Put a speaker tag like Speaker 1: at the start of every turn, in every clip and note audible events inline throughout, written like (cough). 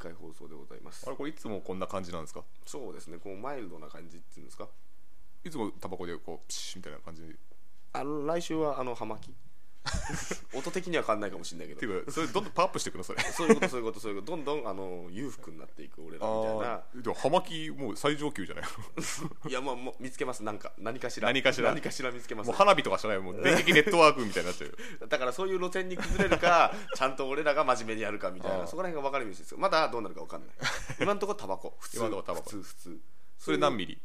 Speaker 1: ございます
Speaker 2: あれこれいつもこんな感じなんですか
Speaker 1: そうですねこうマイルドな感じっていうんですか
Speaker 2: いつもタバコでこうピシッみたいな感じっ
Speaker 1: あの来週はあの葉巻 (laughs) 音的には変わんないかもしれないけど
Speaker 2: ていうかそれどんどんパワーアップしてください
Speaker 1: (laughs) そういうことそういうことそういうことどんどんあの裕福になっていく俺らみたいな
Speaker 2: あーでも葉巻もう最上級
Speaker 1: (laughs)
Speaker 2: じゃない
Speaker 1: いやまあもう見つけますなんか何かしら
Speaker 2: 何かしら
Speaker 1: 何かしら見つけます
Speaker 2: もう花火とかじゃないもう電撃ネットワークみたいになっちゃう
Speaker 1: だからそういう路線に崩れる
Speaker 2: (laughs)
Speaker 1: かちゃんと俺らが真面目にやるかみたい
Speaker 2: あ
Speaker 1: な
Speaker 2: あ
Speaker 1: そこら辺が分かれ道ですよまだどうなるか分かんない今のところタバコ普通
Speaker 2: 今のとこタバ
Speaker 1: 普
Speaker 2: コ
Speaker 1: 通普通
Speaker 2: それ何ミリ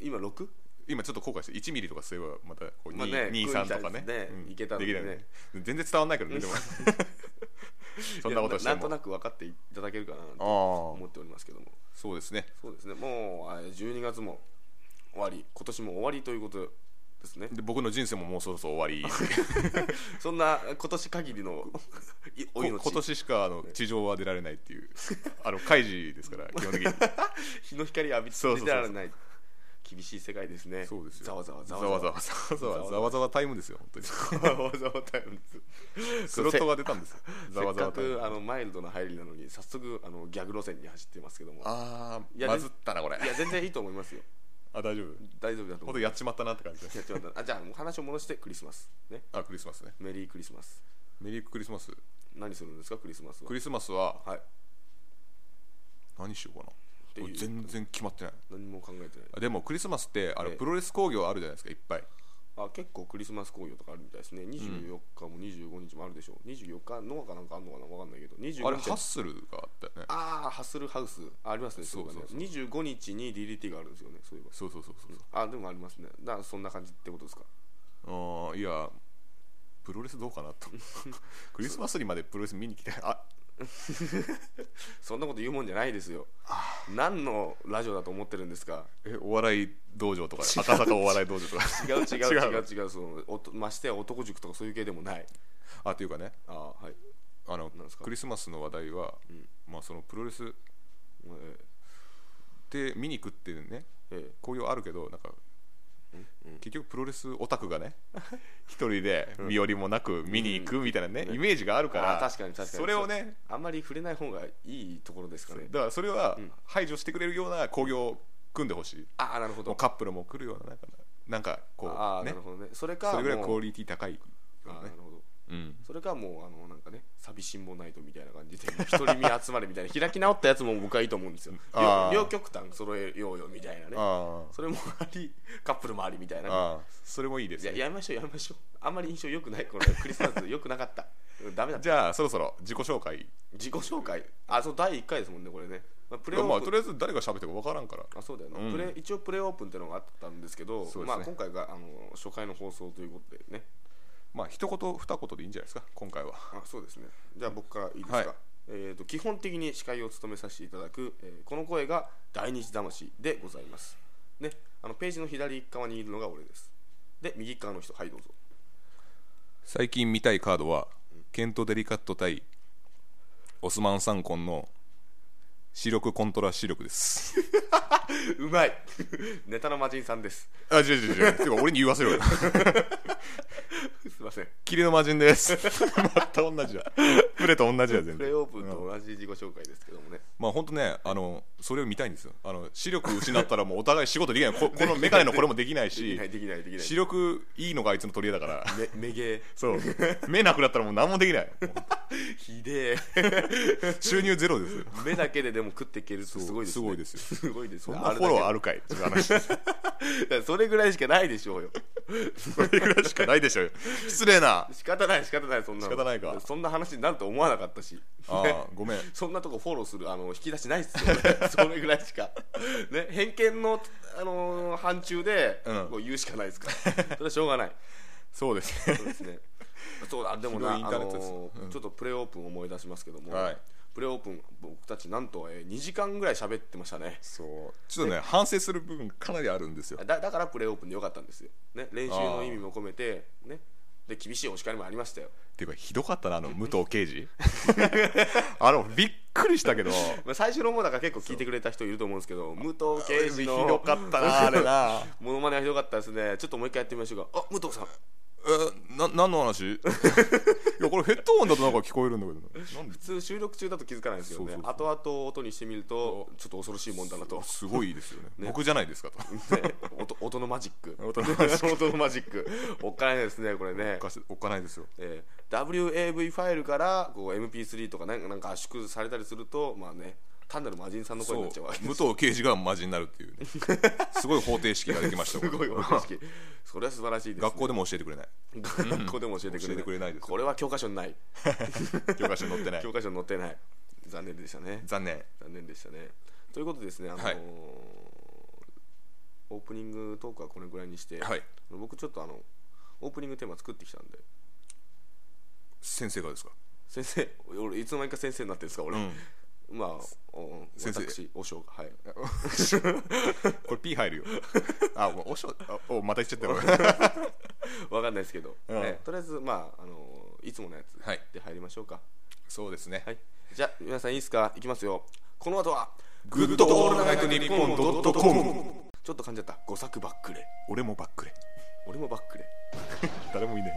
Speaker 1: 今 6?
Speaker 2: 今ちょっと後悔して1ミリとかすればまたこう
Speaker 1: まあね
Speaker 2: 23とかね
Speaker 1: 食いたいですね
Speaker 2: うん
Speaker 1: いけたのにね
Speaker 2: できない全然伝わんない
Speaker 1: (laughs)
Speaker 2: けどねでも (laughs) そんなことして
Speaker 1: な
Speaker 2: も
Speaker 1: んとなく分かっていただけるかな
Speaker 2: あ
Speaker 1: と
Speaker 2: あ
Speaker 1: 思っておりますけども
Speaker 2: そうですね
Speaker 1: そうですねもうあ12月も終わり今年も終わりということですね
Speaker 2: で僕の人生ももうそろそろ終わり
Speaker 1: (laughs) そんな今年限りのいお
Speaker 2: こ
Speaker 1: 命
Speaker 2: 今年しかあの地上は出られないっていうあの開示ですから基本的に
Speaker 1: 日の光浴びて
Speaker 2: そうそうそうそう
Speaker 1: 出られない厳しい世界ですね
Speaker 2: そうですよ
Speaker 1: ざわざわざ
Speaker 2: ざ
Speaker 1: わ
Speaker 2: わざわ (laughs) ざわざわざわざわタイムですよ本当に
Speaker 1: わざわタイムです
Speaker 2: スロットが出たんですよざわざわタイ
Speaker 1: せっ
Speaker 2: ム
Speaker 1: かくあのマイルドな入りなのに早速あのギャグ路線に走ってますけども
Speaker 2: あ
Speaker 1: い
Speaker 2: あ
Speaker 1: や
Speaker 2: まずったなこれ
Speaker 1: いや全然いいと思いますよ
Speaker 2: あ大丈夫
Speaker 1: 大丈夫だと
Speaker 2: 本
Speaker 1: 思
Speaker 2: 当
Speaker 1: う
Speaker 2: やっちまったなって感じで
Speaker 1: やってもらったあじゃあもう話を戻してクリスマスね
Speaker 2: あクリスマスね
Speaker 1: メリークリスマス
Speaker 2: メリークリスマス
Speaker 1: 何するんですかクリスマスは
Speaker 2: クリスマスは
Speaker 1: はい
Speaker 2: 何しようか
Speaker 1: てい
Speaker 2: な
Speaker 1: う
Speaker 2: 俺全然決まってない
Speaker 1: 何も考えてない
Speaker 2: あでもクリスマスってあれ
Speaker 1: ええ
Speaker 2: プロレス興行あるじゃないですかいっぱい
Speaker 1: あ結構クリスマス興行とかあるみたいですね24日も25日もあるでしょう24日ノアかなんかあんのかな分かんないけど
Speaker 2: あ
Speaker 1: 25
Speaker 2: れ
Speaker 1: 日
Speaker 2: ハッスルがあったよね
Speaker 1: ああハッスルハウスありますね
Speaker 2: そうそうそう
Speaker 1: いえばね25日に DDT があるんですよねそういえば
Speaker 2: そうそうそうそう
Speaker 1: あでもありますねだからそんな感じってことですか
Speaker 2: あーいやプロレスどうかな
Speaker 1: (laughs)
Speaker 2: とクリスマスにまでプロレス見に来てあ
Speaker 1: そんなこと言うもんじゃないですよ何のラジオだと思ってるんですか
Speaker 2: えお笑い道場とか赤坂お笑い道場とか
Speaker 1: 違う違う
Speaker 2: (laughs) 違
Speaker 1: 違
Speaker 2: う
Speaker 1: う違うそのおとましてや男塾とかそういう系でもない
Speaker 2: あっていうかね
Speaker 1: ああはい、
Speaker 2: あの
Speaker 1: なんですか
Speaker 2: クリスマスの話題は、
Speaker 1: うん
Speaker 2: まあ、そのプロレス
Speaker 1: えー
Speaker 2: で見に行くっていうね
Speaker 1: え
Speaker 2: 興行あるけどなんか
Speaker 1: ーうん
Speaker 2: 結局プロレスオタ
Speaker 1: (laughs)
Speaker 2: クがね一人で身寄りもなく見に行くみたいなね、イメージがあるから
Speaker 1: あー確かに確かに
Speaker 2: それをね
Speaker 1: あんまり触れない方がいいところですかね
Speaker 2: だからそれは
Speaker 1: うん
Speaker 2: 排除してくれるような興行を組んでほしい、
Speaker 1: ああなるほ
Speaker 2: もう
Speaker 1: ど
Speaker 2: カップルも来るようななんかなんかこ
Speaker 1: ああ
Speaker 2: う
Speaker 1: な
Speaker 2: ね
Speaker 1: るほどねそれか
Speaker 2: それぐらいク
Speaker 1: も
Speaker 2: オ
Speaker 1: う
Speaker 2: リティ高いよう
Speaker 1: あ
Speaker 2: な
Speaker 1: ーな
Speaker 2: ね
Speaker 1: るほど
Speaker 2: うん
Speaker 1: それかもうあのなんかね寂しんぼナイトみたいな感じで独り身集まれみたいな開き直ったやつも僕はいいと思うんですよ
Speaker 2: あー
Speaker 1: 両両極端揃えようよみたいなね
Speaker 2: あ
Speaker 1: それもありカップルもありみたい
Speaker 2: あ
Speaker 1: な
Speaker 2: ああそれもいいです
Speaker 1: じゃ
Speaker 2: ね
Speaker 1: あやめましょうやめましょうあんまり印象良くないこれクリスマス良くなかったうんダメだ
Speaker 2: じゃあそろそろ自己紹介
Speaker 1: 自己紹介あそう第1回ですもんねこれね、まあ、プレオ
Speaker 2: まあ
Speaker 1: ープ
Speaker 2: と
Speaker 1: ン
Speaker 2: りあえず誰が喋ってるか分からんから
Speaker 1: あそうだよね、
Speaker 2: うん
Speaker 1: プレ一応プレオープンってのがあったんですけど
Speaker 2: そうですね
Speaker 1: まあ、今回があの初回の放送ということでね
Speaker 2: まあ一言二言でいいんじゃないですか今回は
Speaker 1: あそうですねじゃあ僕からいいですか、
Speaker 2: はい
Speaker 1: えー、と基本的に司会を務めさせていただく、えーこの声が大日魂でございますねあのページの左側にいるのが俺ですで右側の人はいどう
Speaker 2: (laughs)
Speaker 1: ぞ
Speaker 2: 最近見たいカードはケント・デリカット対オスマン・サンコンの視力コントラ視力です
Speaker 1: うまい (laughs) ネタの魔人さんです
Speaker 2: あ違う違う違うてか俺に言わせろ (laughs) よ
Speaker 1: すいません
Speaker 2: 霧の魔人です (laughs) また同じだプレと同じだ全
Speaker 1: プレ
Speaker 2: 然
Speaker 1: オープンと同じ自己紹介ですけどもね、
Speaker 2: まあ本当ねあのそれを見たいんですよあの視力失ったらもうお互い仕事できないここの眼鏡のこ (laughs) れもできない
Speaker 1: でき
Speaker 2: し
Speaker 1: ないできないできない
Speaker 2: 視力いいのがあいつの取り柄だから
Speaker 1: めめげ
Speaker 2: そう (laughs) 目なくなったらもう何もできないもう
Speaker 1: ひで
Speaker 2: (laughs)
Speaker 1: え
Speaker 2: 収入ゼロですよ
Speaker 1: 目だけででも食っていけるってすごいですね
Speaker 2: すごいですよ
Speaker 1: すごいです
Speaker 2: そん
Speaker 1: ね
Speaker 2: なフォローあ
Speaker 1: る
Speaker 2: るかいっていう話そ
Speaker 1: それぐらいしかないでしょうよ
Speaker 2: れぐらいしかないでしょうよ失礼 (laughs) な
Speaker 1: 仕方ない仕方ないそんなの
Speaker 2: 仕方ないか
Speaker 1: そんな話になると思わなかったし
Speaker 2: あ
Speaker 1: ね
Speaker 2: あごめん
Speaker 1: そんなとこフォローするあの引き出しないっす
Speaker 2: (laughs)
Speaker 1: よねそれぐらいしか、ね、偏見の、あのー範疇で、
Speaker 2: うん
Speaker 1: こう言うしかないですからそれ
Speaker 2: (laughs)
Speaker 1: はしょうがない
Speaker 2: そうですね
Speaker 1: そうですねそうだでもな、あ
Speaker 2: 広いイン
Speaker 1: の
Speaker 2: ターネットです
Speaker 1: ー
Speaker 2: うん
Speaker 1: ちょっとプレーオープンを思い出しますけども、
Speaker 2: はい
Speaker 1: プレーオープン僕たちなんと、えー2時間ぐらい喋ってましたね
Speaker 2: そうちょっとね反省する部分かなりあるんですよ
Speaker 1: だだからプレーオープンでよかったんですよ、ね、練習の意味も込めて、ね、で厳しいお叱りもありましたよ
Speaker 2: っていうかひどかったなあ (laughs) の武藤刑事あのびっくりしたけど
Speaker 1: まあ、最初の方だから結構聞いてくれた人いると思うんですけど武藤
Speaker 2: 刑
Speaker 1: 刑
Speaker 2: 事
Speaker 1: 事
Speaker 2: ひ
Speaker 1: の
Speaker 2: どかったなあれな
Speaker 1: モノマネはひどかったですねちょっともう一回やってみましょうかあ武藤さん
Speaker 2: (laughs) えな何の話 (laughs) いやこれヘッドホンだとなんか聞こえるんだけどななんで
Speaker 1: 普通収録中だと気づかないですよね
Speaker 2: そうそう
Speaker 1: 後々音にしてみるとちょっと恐ろしいもんだなと
Speaker 2: すごいですよね
Speaker 1: ね
Speaker 2: 僕じゃないですかと
Speaker 1: ね (laughs) 音音のマジック
Speaker 2: 音のマ
Speaker 1: (laughs)
Speaker 2: ジ
Speaker 1: 音のマジックおっかないですねこれね
Speaker 2: おかしおっかないですよ
Speaker 1: えー WAV ファイルからこう MP3 とかなんかなんか圧縮されたりするとまあね単なる魔人さんの声
Speaker 2: そ
Speaker 1: に
Speaker 2: う
Speaker 1: なっちゃうわけ
Speaker 2: 武藤刑事がマジになるっていう、ね、すごい方程式ができました (laughs)
Speaker 1: すごいお
Speaker 2: これ
Speaker 1: かしいそれは素晴らしいです、ね、
Speaker 2: 学校でも教えてくれない
Speaker 1: 学校でも教えてくれない,、
Speaker 2: 教えてくれないですよ
Speaker 1: これは教科書にない
Speaker 2: 教科書に載ってない
Speaker 1: 教科書に載ってない残念でしたね
Speaker 2: 残念
Speaker 1: 残念でしたねということでですね、あのー
Speaker 2: はい
Speaker 1: オープニングトークはこれぐらいにして、
Speaker 2: はい
Speaker 1: 僕ちょっとあのオープニングテーマ作ってきたんで
Speaker 2: 先生がですか
Speaker 1: 先生俺いつの間にか先生になってるんですか俺、
Speaker 2: うん
Speaker 1: まあお
Speaker 2: 先生
Speaker 1: 私お尚がはい
Speaker 2: これ P 入 (laughs) るよあおしょあおまた言っちゃったよ
Speaker 1: わかんないですけど、
Speaker 2: うん
Speaker 1: ねとりあえずまああのいつものやつ
Speaker 2: (laughs) はい
Speaker 1: で入りましょうか
Speaker 2: そうですね、
Speaker 1: はい、じゃあ皆さんいいですかいきますよこの後は
Speaker 2: グッドオールナイトニッポンドットコム
Speaker 1: ちょっと感じちゃった5作バックレ
Speaker 2: 俺もバックレ
Speaker 1: 俺もバックレ
Speaker 2: 誰もいない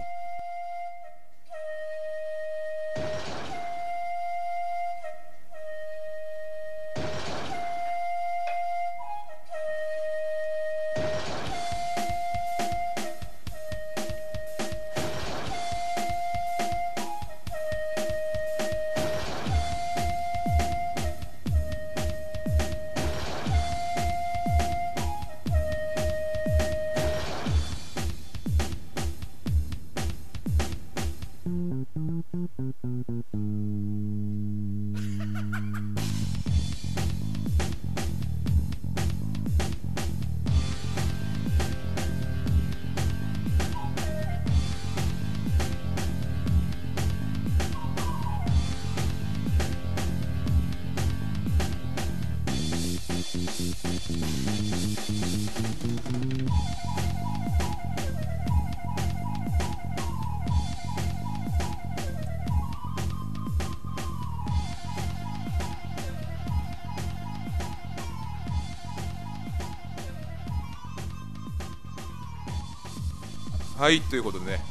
Speaker 2: はいということでね
Speaker 1: はい、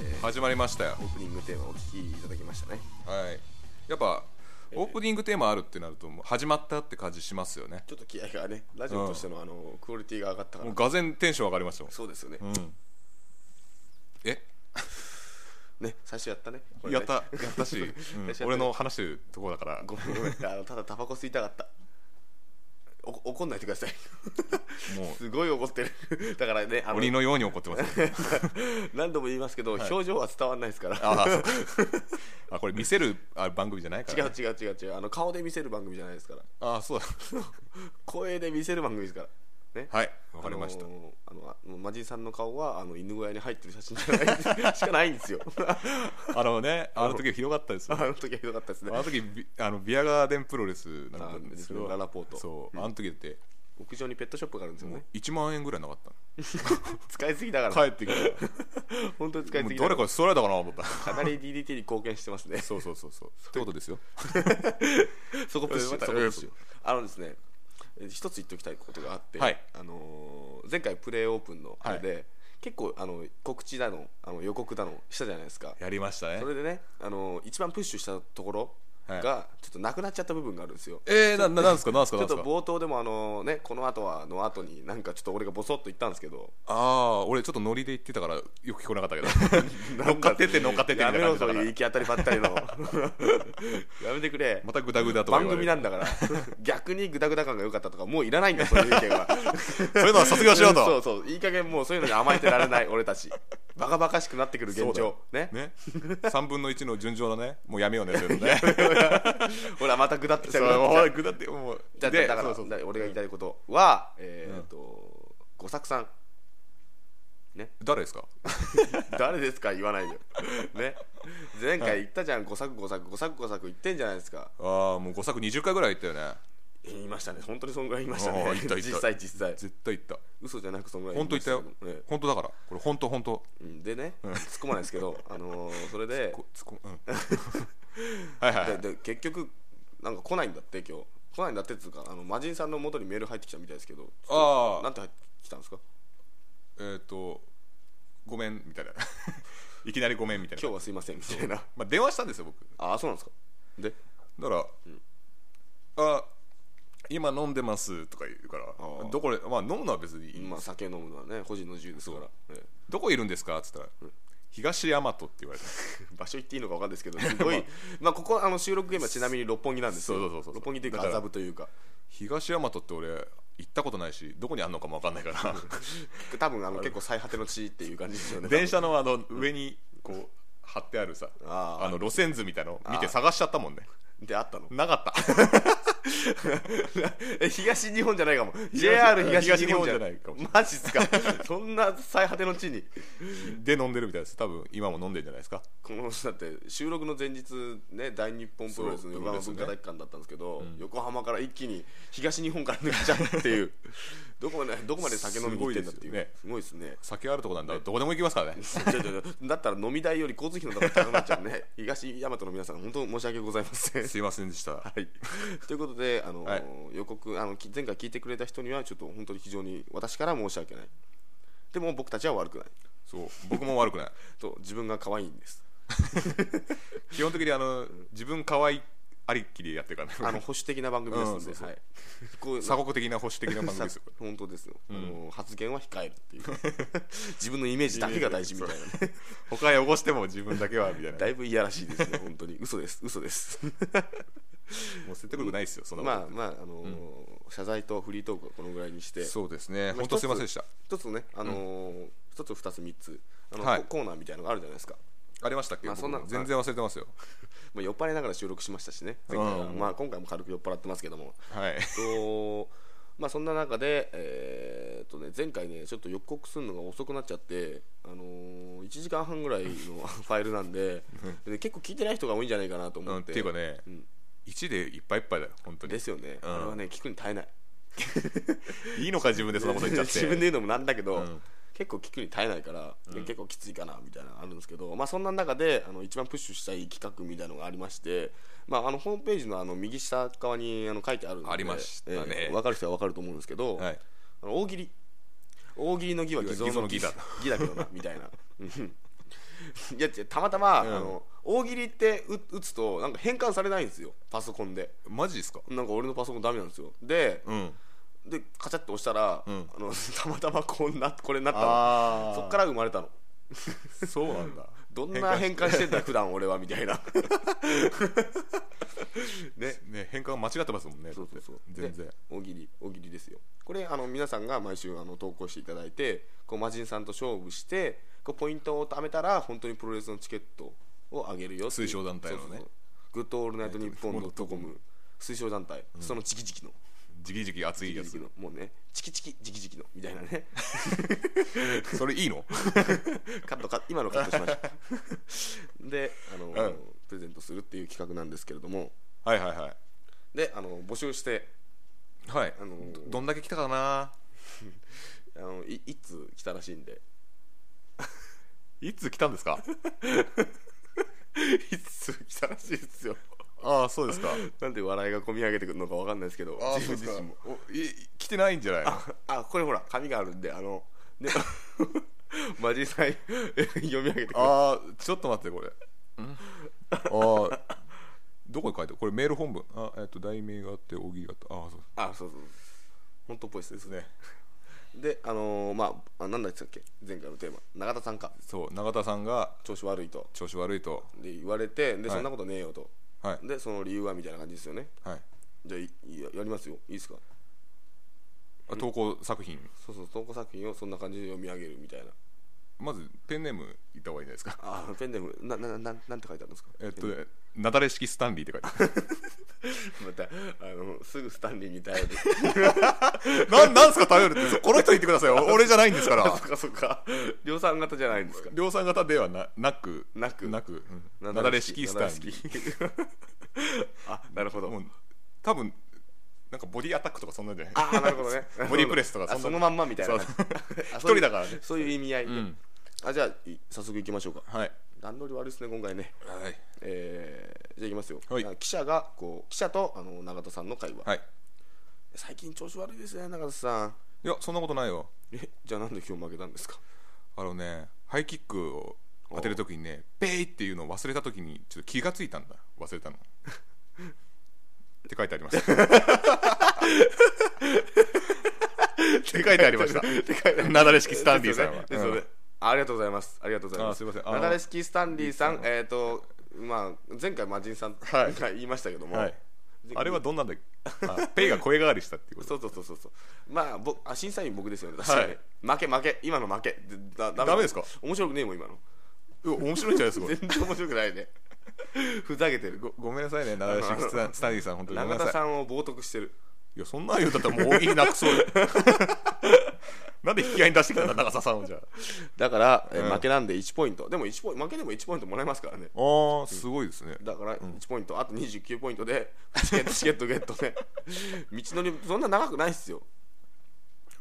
Speaker 1: えー
Speaker 2: 始まりましたよ
Speaker 1: オープニングテーマをお聞きいただきましたね
Speaker 2: はいやっぱオープニングテーマあるってなるともう始まったって感じしますよね
Speaker 1: ちょっと気合がねラジオとしてのあのクオリティが上がったか
Speaker 2: も
Speaker 1: ら
Speaker 2: うがぜんテンション上がりましたもん
Speaker 1: そうですよね、
Speaker 2: うんえ
Speaker 1: ね最初やったねこれね
Speaker 2: やったやった (laughs) し、うん
Speaker 1: やった
Speaker 2: 俺の話してるとこだか
Speaker 1: (laughs)
Speaker 2: ら
Speaker 1: ごめんごめんあのただタバコ吸いたかったお怒んないでくだ
Speaker 2: (laughs)
Speaker 1: さい
Speaker 2: も
Speaker 1: すごい怒ってる (laughs) だからねあ
Speaker 2: う
Speaker 1: の
Speaker 2: 鬼のように怒ってますよ
Speaker 1: 何度も言いますけど、表情は伝わらないですから
Speaker 2: ああ (laughs) そうあこれ見せるあ番組じゃないか
Speaker 1: 違
Speaker 2: ら、
Speaker 1: う違う違う違うあの顔で見せる番組じゃないですから (laughs)
Speaker 2: ああそうだ
Speaker 1: 声で見せる番組ですからね
Speaker 2: はいわかりました、
Speaker 1: あのーあのあマジンさんの顔はあの犬小屋に入ってる写真じゃない (laughs) しかないんですよ
Speaker 2: あのね、 (laughs) あの時はひどかったですよ。
Speaker 1: あの時はひどかったです
Speaker 2: あ
Speaker 1: ね
Speaker 2: の時ビあのビアガーデンプロレスなん
Speaker 1: あ
Speaker 2: か
Speaker 1: ですね
Speaker 2: それは
Speaker 1: ララポート
Speaker 2: そう、あの時だって
Speaker 1: 屋上にペットショップがあるんですよね
Speaker 2: 1万円ぐらいなかった
Speaker 1: 使いすぎだから
Speaker 2: の帰ってき
Speaker 1: 本当に使
Speaker 2: て
Speaker 1: い
Speaker 2: も
Speaker 1: す
Speaker 2: う
Speaker 1: ぎ
Speaker 2: ど
Speaker 1: だ
Speaker 2: れ
Speaker 1: か
Speaker 2: かそれだかなと思った
Speaker 1: らかなり DDT に貢献してますね
Speaker 2: そうそうそうそう (laughs) ってことですよ
Speaker 1: (laughs) そこプッシュ
Speaker 2: また
Speaker 1: そこプッシュ
Speaker 2: うん
Speaker 1: あのですねえ一つ言っておきたいことがあって、
Speaker 2: はい
Speaker 1: あのー前回プレーオープンのあれで、結構あの告知だのあの予告だのしたじゃないですか
Speaker 2: やりましたね
Speaker 1: それでね、あのー一番プッシュしたところが、
Speaker 2: はい
Speaker 1: ちょっとなくなっちゃった部分があるんですよ
Speaker 2: えー、なななんですかなんです
Speaker 1: ち
Speaker 2: かな
Speaker 1: ょ
Speaker 2: ん
Speaker 1: っ
Speaker 2: で
Speaker 1: と
Speaker 2: すか
Speaker 1: 冒頭でもあのねこの後はの後になんかちょっと俺がボソッと言ったんですけど
Speaker 2: ああ俺ちょっとノリで言ってたからよく聞こえなかった (laughs) けど乗っかってって乗っかってって
Speaker 1: や
Speaker 2: みた
Speaker 1: め
Speaker 2: い
Speaker 1: ろ
Speaker 2: な感じだ
Speaker 1: そう
Speaker 2: か
Speaker 1: いう
Speaker 2: ら
Speaker 1: 行き当たりばったり
Speaker 2: (laughs)
Speaker 1: のやめてくれ
Speaker 2: またグダグダとか
Speaker 1: 番
Speaker 2: 言われ
Speaker 1: 組
Speaker 2: る
Speaker 1: なんだから逆にグダグダ感が良かったとかもういらないんだよそういう意見
Speaker 2: (laughs)
Speaker 1: は
Speaker 2: そういうのは卒業しろと
Speaker 1: そうそういい加減もうそういうのに甘えてられない俺たちバカバカしくなってくる現状ね
Speaker 2: ね3分の1の順調だねもうやめよう (laughs) ねそういうのね
Speaker 1: ほらまたグダってきた
Speaker 2: そう
Speaker 1: グダってきた
Speaker 2: もうグダってもう
Speaker 1: じゃあ
Speaker 2: で
Speaker 1: だから
Speaker 2: そうそう
Speaker 1: だから俺が言いたいことは、えーっと五作さん
Speaker 2: 誰ですか
Speaker 1: 誰ですか言わないよ、ね、前回言ったじゃん五作五作五作五作言ってんじゃないですか
Speaker 2: ああもう5作20回ぐらい言ったよね
Speaker 1: 言いましたね本当にそんぐらい言いましたね
Speaker 2: ああ言った言った
Speaker 1: 実際実際
Speaker 2: 絶対言った
Speaker 1: 嘘じゃなくそんぐらい
Speaker 2: 本当言ったよ
Speaker 1: ましけどね
Speaker 2: 本当だからこれ本当本当
Speaker 1: うんでね突っ込まないですけ
Speaker 2: (laughs)
Speaker 1: どあのーそれで
Speaker 2: こつこうん (laughs) はいはいは
Speaker 1: で
Speaker 2: い
Speaker 1: で結局なんか来ないんだって今日来ないんだってっつうかあの魔人さんの元にメール入ってきたみたいですけど
Speaker 2: あ
Speaker 1: な
Speaker 2: あ
Speaker 1: んて入ってきたんですか
Speaker 2: えっとごめんみたいな (laughs) いきなりごめんみたいな
Speaker 1: 今日はすいませんみたいな
Speaker 2: まあ、電話したんですよ僕
Speaker 1: ああそうなんですかで
Speaker 2: だから、あ今飲んでますとか言うから
Speaker 1: ー
Speaker 2: どこで、まあ、飲むのは別にいい、
Speaker 1: まあ酒飲むのはね個人の自由ですから、え (laughs)
Speaker 2: どこいるんですかって言ったら、東大和って言われて
Speaker 1: え場所行っていいのか分かんないですけ
Speaker 2: (laughs)
Speaker 1: どすごい、まあ、ここあの収録現場ちなみに六本木なんですよ
Speaker 2: そうそうそうそう
Speaker 1: 六本木というか
Speaker 2: だから
Speaker 1: 麻布というか
Speaker 2: 東大和って俺行ったことないしどこにあんのかも分かんないから
Speaker 1: 多分あの結構最果ての地っていう感じですよね
Speaker 2: (laughs) 電車のあの上にこう貼ってあるさ
Speaker 1: あー
Speaker 2: あの路線図みたいの見て
Speaker 1: あー
Speaker 2: 探しちゃったもんね
Speaker 1: であったの
Speaker 2: なかった (laughs)
Speaker 1: え (laughs) 東日本じゃないかも JR 東日本じゃ
Speaker 2: 東日本じゃないかもしれ
Speaker 1: マジっすか (laughs) そんな最果ての地に
Speaker 2: で飲んでるみたいです多分今も飲んでるんじゃないですか
Speaker 1: このだって収録の前日ね大日本プロレスの横浜
Speaker 2: そ
Speaker 1: 文
Speaker 2: うプ
Speaker 1: 化
Speaker 2: ロレスね
Speaker 1: 体育館だったんですけど、横浜から一気に東日本から抜けちゃうっていう (laughs) どこまでどこまで酒飲みに行ってんだっていうすごいですね
Speaker 2: 酒あるとこなんだどこでも行きま
Speaker 1: (laughs)
Speaker 2: すからね
Speaker 1: ちょちょちょだったら飲み代より交通費の方が高くなっちゃうね (laughs) 東大和の皆さん本当申し訳ございません
Speaker 2: すいませんでした
Speaker 1: はい、 (laughs) ということで、あの
Speaker 2: はい
Speaker 1: 予告あのき前回聞いてくれた人にはちょっと本当に非常に私から申し訳ないでも僕たちは悪くない
Speaker 2: そう僕も悪くない
Speaker 1: と自分が可愛いんです
Speaker 2: 基本的にあの自分可愛いありっきりやってるから
Speaker 1: あ
Speaker 2: ね
Speaker 1: の保守的な番組ですので、
Speaker 2: うんそうそう
Speaker 1: はい、こういう
Speaker 2: (laughs) 鎖国的な保守的な番組ですよ
Speaker 1: 本当ですよ、あの発言は控えるっていう (laughs) 自分のイメージだけが大事みたい
Speaker 2: (laughs)
Speaker 1: なね
Speaker 2: 他汚しても自分だけはみたいな
Speaker 1: (laughs) だいぶいやらしいですね本当に嘘です嘘です (laughs)
Speaker 2: もう説得力ないですよそんなこと
Speaker 1: まあまああのー謝罪とフリートークはこのぐらいにして
Speaker 2: そうですね
Speaker 1: まあ
Speaker 2: 本当すいませんでした
Speaker 1: 一つねあのー一つ二つ三つあの、
Speaker 2: はい
Speaker 1: ココーナーみたいのがあるじゃないですか
Speaker 2: ありましたっけ
Speaker 1: まあ
Speaker 2: 僕
Speaker 1: そんな
Speaker 2: 全然忘れてますよ
Speaker 1: まあ、酔っ払いながら収録しましたしね前回は
Speaker 2: うん
Speaker 1: まあ、今回も軽く酔っ払ってますけども
Speaker 2: はい
Speaker 1: とまあそんな中で、えーっとね、前回ねちょっと予告するのが遅くなっちゃって、あのー、1時間半ぐらいの (laughs) ファイルなんでで結構聞いてない人が多いんじゃないかなと
Speaker 2: う
Speaker 1: 思
Speaker 2: ん
Speaker 1: っ、
Speaker 2: ってていうかね
Speaker 1: うん
Speaker 2: 1でいっぱいいっぱいだよ本当に
Speaker 1: ですよね、
Speaker 2: うん
Speaker 1: あれはね聞くに耐えない
Speaker 2: いいのか自分でそんなこと言っちゃっ
Speaker 1: (laughs)
Speaker 2: て
Speaker 1: 自分で言うのもなんだけど、
Speaker 2: うん
Speaker 1: 結構聞くに耐えないから、で結構きついかなみたいなのあるんですけど、まあ、そんな中であの一番プッシュしたい企画みたいなのがありまして、まあ、あのホームページのあの右下側にあの書いてあるので
Speaker 2: ありましたね
Speaker 1: えーわかる人はわかると思うんですけど、
Speaker 2: はい
Speaker 1: あの大喜利大喜利の儀は偽造の
Speaker 2: 偽
Speaker 1: 儀
Speaker 2: 造
Speaker 1: だ
Speaker 2: の
Speaker 1: 偽だけどなみたいなうんいや違うたまたま、あの大喜利って打打つとなんか変換されないんですよパソコンで
Speaker 2: マジですか
Speaker 1: なんか俺のパソコンダメなんですよで
Speaker 2: うん
Speaker 1: でカチャッと押したら、
Speaker 2: うん
Speaker 1: あの (laughs) たまたまこんなこれになった
Speaker 2: あ
Speaker 1: の
Speaker 2: ー
Speaker 1: そっから生まれたの
Speaker 2: そうなんだ
Speaker 1: (laughs) どんな変換してんだ普段俺はみたいな
Speaker 2: ねね変換間違ってますもん
Speaker 1: (laughs)
Speaker 2: ね
Speaker 1: そうそうそう
Speaker 2: だって全然
Speaker 1: で大喜利大喜利ですよこれあの皆さんが毎週あの投稿していただいてこう魔人さんと勝負してこうポイントを貯めたら本当にプロレスのチケットをあげるよっていう
Speaker 2: 推奨団体のね
Speaker 1: そうそうそうグッドオールナイトニッポンドットコム推奨団体、そのチキチキの
Speaker 2: じきじき熱いや
Speaker 1: チキチキ
Speaker 2: つ
Speaker 1: のもうねチキチキチキチキのみたいなね
Speaker 2: それいい (laughs) の
Speaker 1: カットカット今のカットしました (laughs) であの、
Speaker 2: うん
Speaker 1: プレゼントするっていう企画なんですけれども
Speaker 2: はいはいはい
Speaker 1: であの募集して
Speaker 2: はい
Speaker 1: あのー
Speaker 2: どどんだけ来たかな
Speaker 1: あのいいつ来たらしいんで
Speaker 2: いつ来たんですか
Speaker 1: (laughs) いつ来たらしいですよ
Speaker 2: ああそうですか
Speaker 1: (laughs) なんで笑いがこみ上げてくるのかわかんないですけど
Speaker 2: ああ
Speaker 1: 自
Speaker 2: そう
Speaker 1: 分自
Speaker 2: ですか
Speaker 1: 身も
Speaker 2: おい来てないんじゃないの
Speaker 1: あこれほら紙があるんであ (laughs) のねマジさん (laughs) 読み上げてくる
Speaker 2: あーちょっと待ってこれあーどこに書いてあるこれメール本文あ、えっと題名があって大喜利があったあーそう
Speaker 1: あそうそう本当っぽいです
Speaker 2: ですね
Speaker 1: であのーまああなんだっけ前回のテーマ永田さんか
Speaker 2: そう永田さんが
Speaker 1: 調子悪いと
Speaker 2: 調子悪いと
Speaker 1: で言われてで
Speaker 2: はい
Speaker 1: そんなことねえよと、
Speaker 2: はい
Speaker 1: でその理由はみたいな感じですよね
Speaker 2: はい
Speaker 1: じゃあいいややりますよいいですか
Speaker 2: あ投稿作品
Speaker 1: そうそう投稿作品をそんな感じで読み上げるみたいな
Speaker 2: まずペンネームいった方がいいんじゃないですか
Speaker 1: あペンネームななななんて書いてあるんですか
Speaker 2: えっとねなだれ式スタンリーって書いてあ
Speaker 1: またあのすぐスタンリーに
Speaker 2: (laughs)
Speaker 1: 頼る
Speaker 2: る (laughs) なんなんすか頼るってそこの人言ってください (laughs) お俺じゃないんですから
Speaker 1: そっかそっか量産型じゃないんですか
Speaker 2: 量産型ではななく
Speaker 1: なく
Speaker 2: なく、うん、なだれ式スタンリー
Speaker 1: ーあなるほど、
Speaker 2: もう多分なんかボディアタックとかそんなんじゃない
Speaker 1: あなるほど
Speaker 2: (laughs)
Speaker 1: ね
Speaker 2: ボディプレスとか
Speaker 1: あ
Speaker 2: そんな
Speaker 1: そのまんまみたいな
Speaker 2: そう
Speaker 1: あ
Speaker 2: 一人だからね
Speaker 1: そういうそういう意味合いで、
Speaker 2: うん
Speaker 1: あじゃあい早速いきましょうか
Speaker 2: (laughs) はい
Speaker 1: 段取り悪いですね今回ね
Speaker 2: はい
Speaker 1: えーじゃあいきますよ、
Speaker 2: はい
Speaker 1: あ記者がこう記者とあの永田さんの会話、
Speaker 2: はい
Speaker 1: 最近調子悪いですね永田さん
Speaker 2: いやそんなことないよ
Speaker 1: えじゃあなんで今日負けたんですか
Speaker 2: あのねハイキックを当てるときにねペイっていうのを忘れたときにちょっと気がついたんだ忘れ (laughs) たのって書いてあ (laughs) りましたって書いてありましたなだれ式スタンディさんは
Speaker 1: ですよねですよねありがとうございますありがとうございます
Speaker 2: あすいませんあの
Speaker 1: なだれ式スタンリーさん
Speaker 2: リーさん
Speaker 1: えっ、とまあ前回マジンさん
Speaker 2: はい
Speaker 1: が言いましたけど
Speaker 2: うん
Speaker 1: も、
Speaker 2: はいあれはどんなんだっけあペイが声変わりしたっていうこと
Speaker 1: そうそうそうそうそうまあ僕あ審査員僕ですよね確かに、負け負け今の負けだだ
Speaker 2: ダメですか
Speaker 1: 面白くねえもん今の
Speaker 2: うわ (laughs) 面白いんじゃないですかこれ
Speaker 1: 全然面白く
Speaker 2: (laughs)
Speaker 1: ないねふざけてる
Speaker 2: ごごめんなさ (laughs) いね、ナダルシクスタスタディさん、本当にごめ
Speaker 1: 永
Speaker 2: ん
Speaker 1: 田
Speaker 2: なさい。
Speaker 1: さんを冒涜してる
Speaker 2: いや、そんなん言うたったらもう大喜利なくそうよ (laughs) なんで引き合いに出してきたんだ、長澤さんをじゃあ。
Speaker 1: だから、えー
Speaker 2: うん
Speaker 1: 負けなんで1ポイントでも1ポイ負けでも1ポイントもらえますからね
Speaker 2: あー、すごいですね。
Speaker 1: だから1ポイント、あと29ポイントでチケットチケットゲットで道のりそんな長くないっすよ、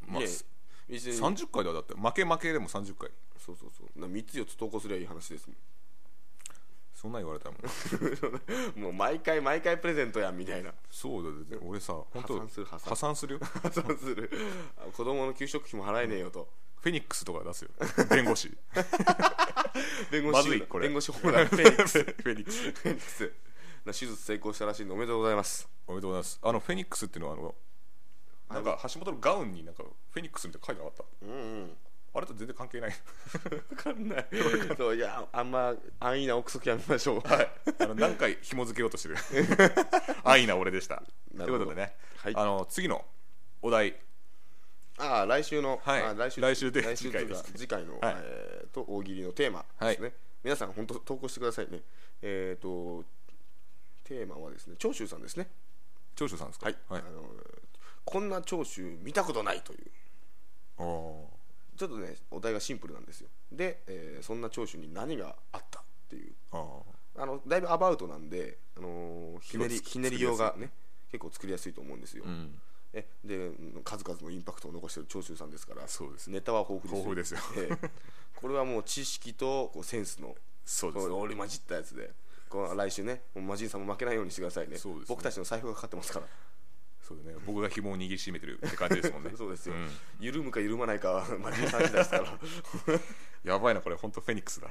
Speaker 2: まあ、
Speaker 1: いえ
Speaker 2: す
Speaker 1: 道のり
Speaker 2: 30回だよだって、負け負けでも30回。
Speaker 1: そうそうそうな3つ4つ投稿すりゃいい話ですもん
Speaker 2: そんなん言われたらもん。
Speaker 1: もう毎回毎回プレゼントやんみたいな
Speaker 2: そうだよだって、俺さ、本
Speaker 1: 破
Speaker 2: 当
Speaker 1: 産する破産
Speaker 2: 破産するよ。
Speaker 1: そうする子供の給食費も払えねえよと、
Speaker 2: フェニックスとか出すよ。弁護士。
Speaker 1: 弁護
Speaker 2: ま
Speaker 1: 士
Speaker 2: ずいこれ
Speaker 1: 弁護士法だフェニックス
Speaker 2: フェニックス。
Speaker 1: フェニックスな手術成功したらしいんでおめでとうございます
Speaker 2: おめでとうございます。あの、フェニックスっていうのは、あの、なんか橋本のガウンになんかフェニックスみたいなの書いてなかっ
Speaker 1: うんうん
Speaker 2: た。あれと全然関係ない。
Speaker 1: 分かんない (laughs) そういやあんま安易な憶測やめましょうはい
Speaker 2: あの何回紐付けようとして
Speaker 1: (laughs)
Speaker 2: る安易な俺でしたとい
Speaker 1: な
Speaker 2: う
Speaker 1: るほ
Speaker 2: こ
Speaker 1: ど
Speaker 2: とでね、
Speaker 1: (laughs) はい
Speaker 2: あの次のお題
Speaker 1: ああ来週の、
Speaker 2: はい
Speaker 1: あ来週
Speaker 2: 来週で
Speaker 1: 来週というか次
Speaker 2: 次
Speaker 1: 回の、
Speaker 2: はい
Speaker 1: えーと大喜利のテーマですね、
Speaker 2: はい
Speaker 1: 皆さん本当投稿してくださいねえっ、とテーマはですね長州さんですね
Speaker 2: 長州さんですか
Speaker 1: はい、
Speaker 2: はい
Speaker 1: あのこんな長州見たことないという
Speaker 2: あー
Speaker 1: ちょっとねお題がシンプルなんですよで、えーそんな長州に何があったっていう
Speaker 2: あー
Speaker 1: あのだいぶアバウトなんで、あのーひねり
Speaker 2: 結構つ
Speaker 1: ひねり用がね結構作りやすいと思うんですよ、
Speaker 2: うん
Speaker 1: えで数々のインパクトを残している長州さんですから
Speaker 2: そうですね
Speaker 1: ネタは豊富ですよ
Speaker 2: 豊富ですよ
Speaker 1: ええこれはもう知識とこうセンスの
Speaker 2: そうですね
Speaker 1: こう俺混じったやつでこう来週ねもうマジンさんも負けないようにしてくださいね
Speaker 2: そうですね
Speaker 1: 僕たちの財布がかかってますから
Speaker 2: そうだね僕が紐を握りしめてるって感じですも (laughs) んね
Speaker 1: そうですよ、
Speaker 2: ん
Speaker 1: 緩むか緩まないかはマジンさん次第ですから (laughs)
Speaker 2: やばいなこれ本当フェニックスだ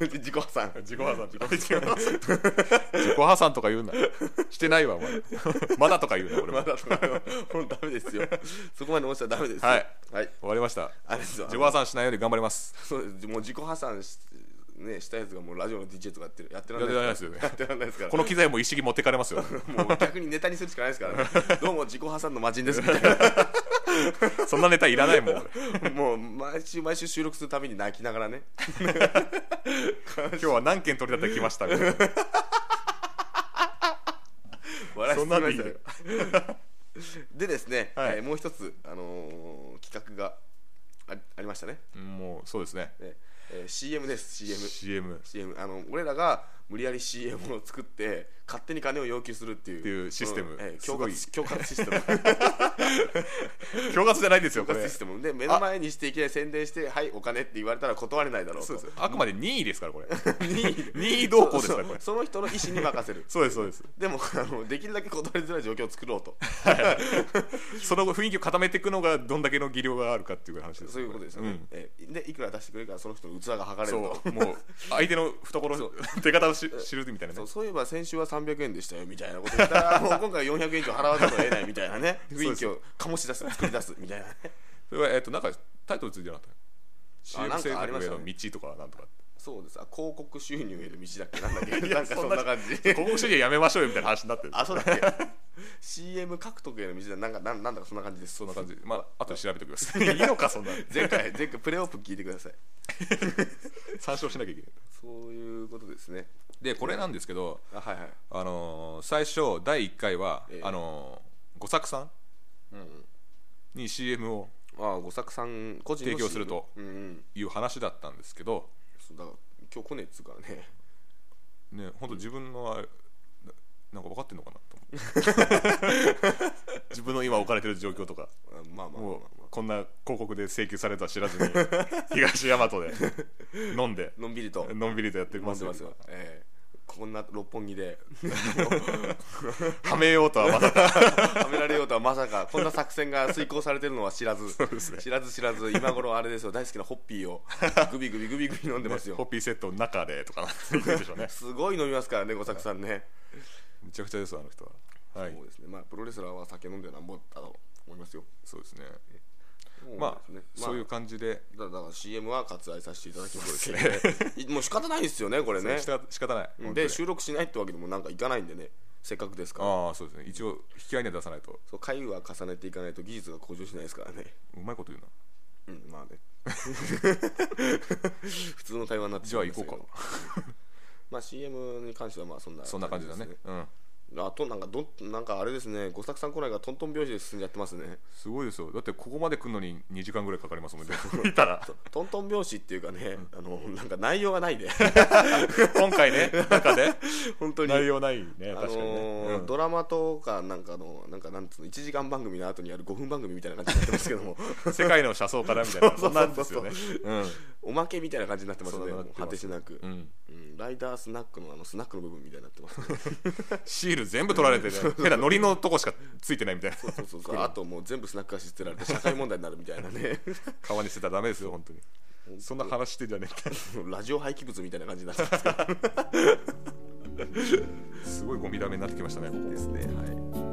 Speaker 1: 自己破産
Speaker 2: 自己破産自己破産自己破産とか言うな (laughs) してないわお前 (laughs) まだとか言うな俺も
Speaker 1: まだとかもうダメですよそこまで落ちたらダメですよ
Speaker 2: はい、
Speaker 1: はい、
Speaker 2: 終わりました
Speaker 1: あれですよ
Speaker 2: 自己破産しないように頑張ります
Speaker 1: そうですもう自己破産し,、ね、したやつがもうラジオの DJ とかやってるやってらん
Speaker 2: やって
Speaker 1: ない
Speaker 2: られな
Speaker 1: で
Speaker 2: いですすよね
Speaker 1: やってらんないですから
Speaker 2: この機材も一式持ってかれますよ (laughs)
Speaker 1: もう逆にネタにするしかないですから、ね、どうも自己破産の魔人ですみたいな
Speaker 2: (laughs) そんなネタいらないもん俺
Speaker 1: もう毎週毎週収録するたびに泣きながらね
Speaker 2: 今日は何件取り立ててきましたみたいな (laughs)
Speaker 1: 笑いすぎましたよ
Speaker 2: そんなんでいい (laughs)
Speaker 1: でですね、
Speaker 2: はい
Speaker 1: えーもう一つ、あのー企画があありましたね、
Speaker 2: もうそうですね
Speaker 1: えー CM です CM
Speaker 2: CM っ
Speaker 1: CM あの俺らが無理やり CM を作って勝手に金を要求するっていう
Speaker 2: ていうシステム
Speaker 1: うんえー
Speaker 2: す
Speaker 1: 恐
Speaker 2: ごい
Speaker 1: 喝恐喝シス
Speaker 2: (laughs)
Speaker 1: テム
Speaker 2: 恐喝じゃないですよこ
Speaker 1: 恐喝
Speaker 2: れ
Speaker 1: システムで目の前にしていきなり宣伝して「はいお金」って言われたら断れないだろうと
Speaker 2: あくまで任意ですからこれ
Speaker 1: 任
Speaker 2: (laughs) 任意同行ですからこ
Speaker 1: そ
Speaker 2: れ
Speaker 1: うその人の意思に任せる
Speaker 2: そうですそうです
Speaker 1: でもあのできるだけ断りづらい状況を作ろう (laughs) と
Speaker 2: その雰囲気を固めていくのがどんだけの技量があるかっていう話です
Speaker 1: そういうことですよね、えーでいくら出してくれるからその人の器が
Speaker 2: う
Speaker 1: 測
Speaker 2: ん
Speaker 1: れると
Speaker 2: そうもう相手の懐出方をし知るみたいな
Speaker 1: そ
Speaker 2: ね
Speaker 1: うそういえば先週は300円でしたよみたいなこと言った (laughs) らもう今回は400円以上払わざるを得ないみたいなね雰囲気を醸し出す作り出すみたいなね
Speaker 2: それはえっとなんかタイトルついてなかった
Speaker 1: あなん
Speaker 2: CM
Speaker 1: か
Speaker 2: 制
Speaker 1: ありま
Speaker 2: 作
Speaker 1: し
Speaker 2: へ
Speaker 1: たね
Speaker 2: の道とかなんとか
Speaker 1: そうですあ広告収入への道だっけなんだっ
Speaker 2: (laughs)
Speaker 1: けなんかそん
Speaker 2: そん
Speaker 1: な
Speaker 2: な
Speaker 1: 感 (laughs) じ
Speaker 2: 広告主義はやめましょうよみたいな話になってる
Speaker 1: あそうだっけ CM 獲得への道だなんかなんなんだかそんな感じです
Speaker 2: そんな感じまああとで調べておき (laughs) ますいいのかそんな
Speaker 1: 前回前回プレオープン聞いてください
Speaker 2: 参照しなきゃいけない
Speaker 1: そういうことですね
Speaker 2: でこれなんですけど
Speaker 1: あはいはい
Speaker 2: あのー最初第1回は、
Speaker 1: ええ
Speaker 2: あのー五作さんに CM を
Speaker 1: ああ五作さん個人の
Speaker 2: 提供すると
Speaker 1: CM うんうん
Speaker 2: いう話だったんですけど、
Speaker 1: そうだから今日来ねえっつうからね (laughs)
Speaker 2: ね、本当自分のあれななんか分かってんのかなと
Speaker 1: (laughs)
Speaker 2: 思って自分の今置かれてる状況とか
Speaker 1: あまあまあまあま
Speaker 2: もう
Speaker 1: あ
Speaker 2: こんな広告で請求されるとは知
Speaker 1: (laughs)
Speaker 2: らずに東大和で飲んで
Speaker 1: のんびりと
Speaker 2: のんびりとやって
Speaker 1: 飲
Speaker 2: ま
Speaker 1: ん
Speaker 2: す
Speaker 1: で
Speaker 2: よ
Speaker 1: ますよ、ええこんな六本木で (laughs)
Speaker 2: はめようとはまだ
Speaker 1: はめられようとはまさかこんな作戦が遂行されてるのは知らず、知らず知らず今頃あれですよ大好きなホッピー
Speaker 2: (laughs)
Speaker 1: をグビグビグビグビ飲んでますよ、
Speaker 2: ホッピーセットの中でとかなって言ってるでしょうね
Speaker 1: すごい飲みますからね五作さんね、
Speaker 2: めちゃくちゃですあの人ははい
Speaker 1: そうですねまあプロレスラーは酒飲んでなんぼだと思いますよ
Speaker 2: そうですねまあそういう感じで
Speaker 1: だだから CM は割愛させていただきますけど、ね、もう仕方ないですよねこれね
Speaker 2: 仕方仕方ない本当
Speaker 1: で
Speaker 2: に
Speaker 1: 収録しないってわけでもなんかいかないんでねせっかくですから
Speaker 2: ああそうですね一応引き合いには出さないと
Speaker 1: そう回は重ねていかないと技術が向上しないですからね
Speaker 2: うまいこと言うな
Speaker 1: うんまあね (laughs) 普通の会話になって
Speaker 2: じゃあ行こうか
Speaker 1: かまあ CM に関してはまあそんな
Speaker 2: そんな感じだね
Speaker 1: です
Speaker 2: うん
Speaker 1: あとなんかどなんかあれですね五作さん来ないがトントン拍子で進んじゃってますね
Speaker 2: すごいですよだってここまで来るのに2時間ぐらいかかりますもんね見たら
Speaker 1: トントン拍子っていうかね、あのなんか内容がないで
Speaker 2: (laughs) 今回ね中で
Speaker 1: 本当に
Speaker 2: 内容ないね
Speaker 1: あ
Speaker 2: (laughs) 確かに
Speaker 1: のー
Speaker 2: ね
Speaker 1: ドラマとかなんかのなんかなんつうの1時間番組の後にやる5分番組みたいな感じになってますけども
Speaker 2: うん世界の車窓 (laughs) からみたいな
Speaker 1: (laughs) そ
Speaker 2: そ
Speaker 1: うんそ
Speaker 2: な
Speaker 1: うそ
Speaker 2: ん
Speaker 1: う
Speaker 2: です
Speaker 1: そう
Speaker 2: よねうん
Speaker 1: おまけみたいな感じになってます
Speaker 2: そ
Speaker 1: ね
Speaker 2: うだな
Speaker 1: もう
Speaker 2: って
Speaker 1: 果
Speaker 2: ます
Speaker 1: てしなく、
Speaker 2: う
Speaker 1: うん
Speaker 2: ん
Speaker 1: ライダースナックのあのスナックの部分みたいになって
Speaker 2: (laughs)
Speaker 1: ますね
Speaker 2: シール全部取られてね変なノリのとこしかついてないみたいな
Speaker 1: そうそうそうあともう全部スナック菓子捨てられて社会問題になるみたいなね
Speaker 2: 川に捨てたらダメですよ本当に (laughs) そんな話してんじゃねえ
Speaker 1: (laughs) ラジオ廃棄物みたいな感じになってますけ
Speaker 2: すごいゴミダメになってきましたね
Speaker 1: どですねはい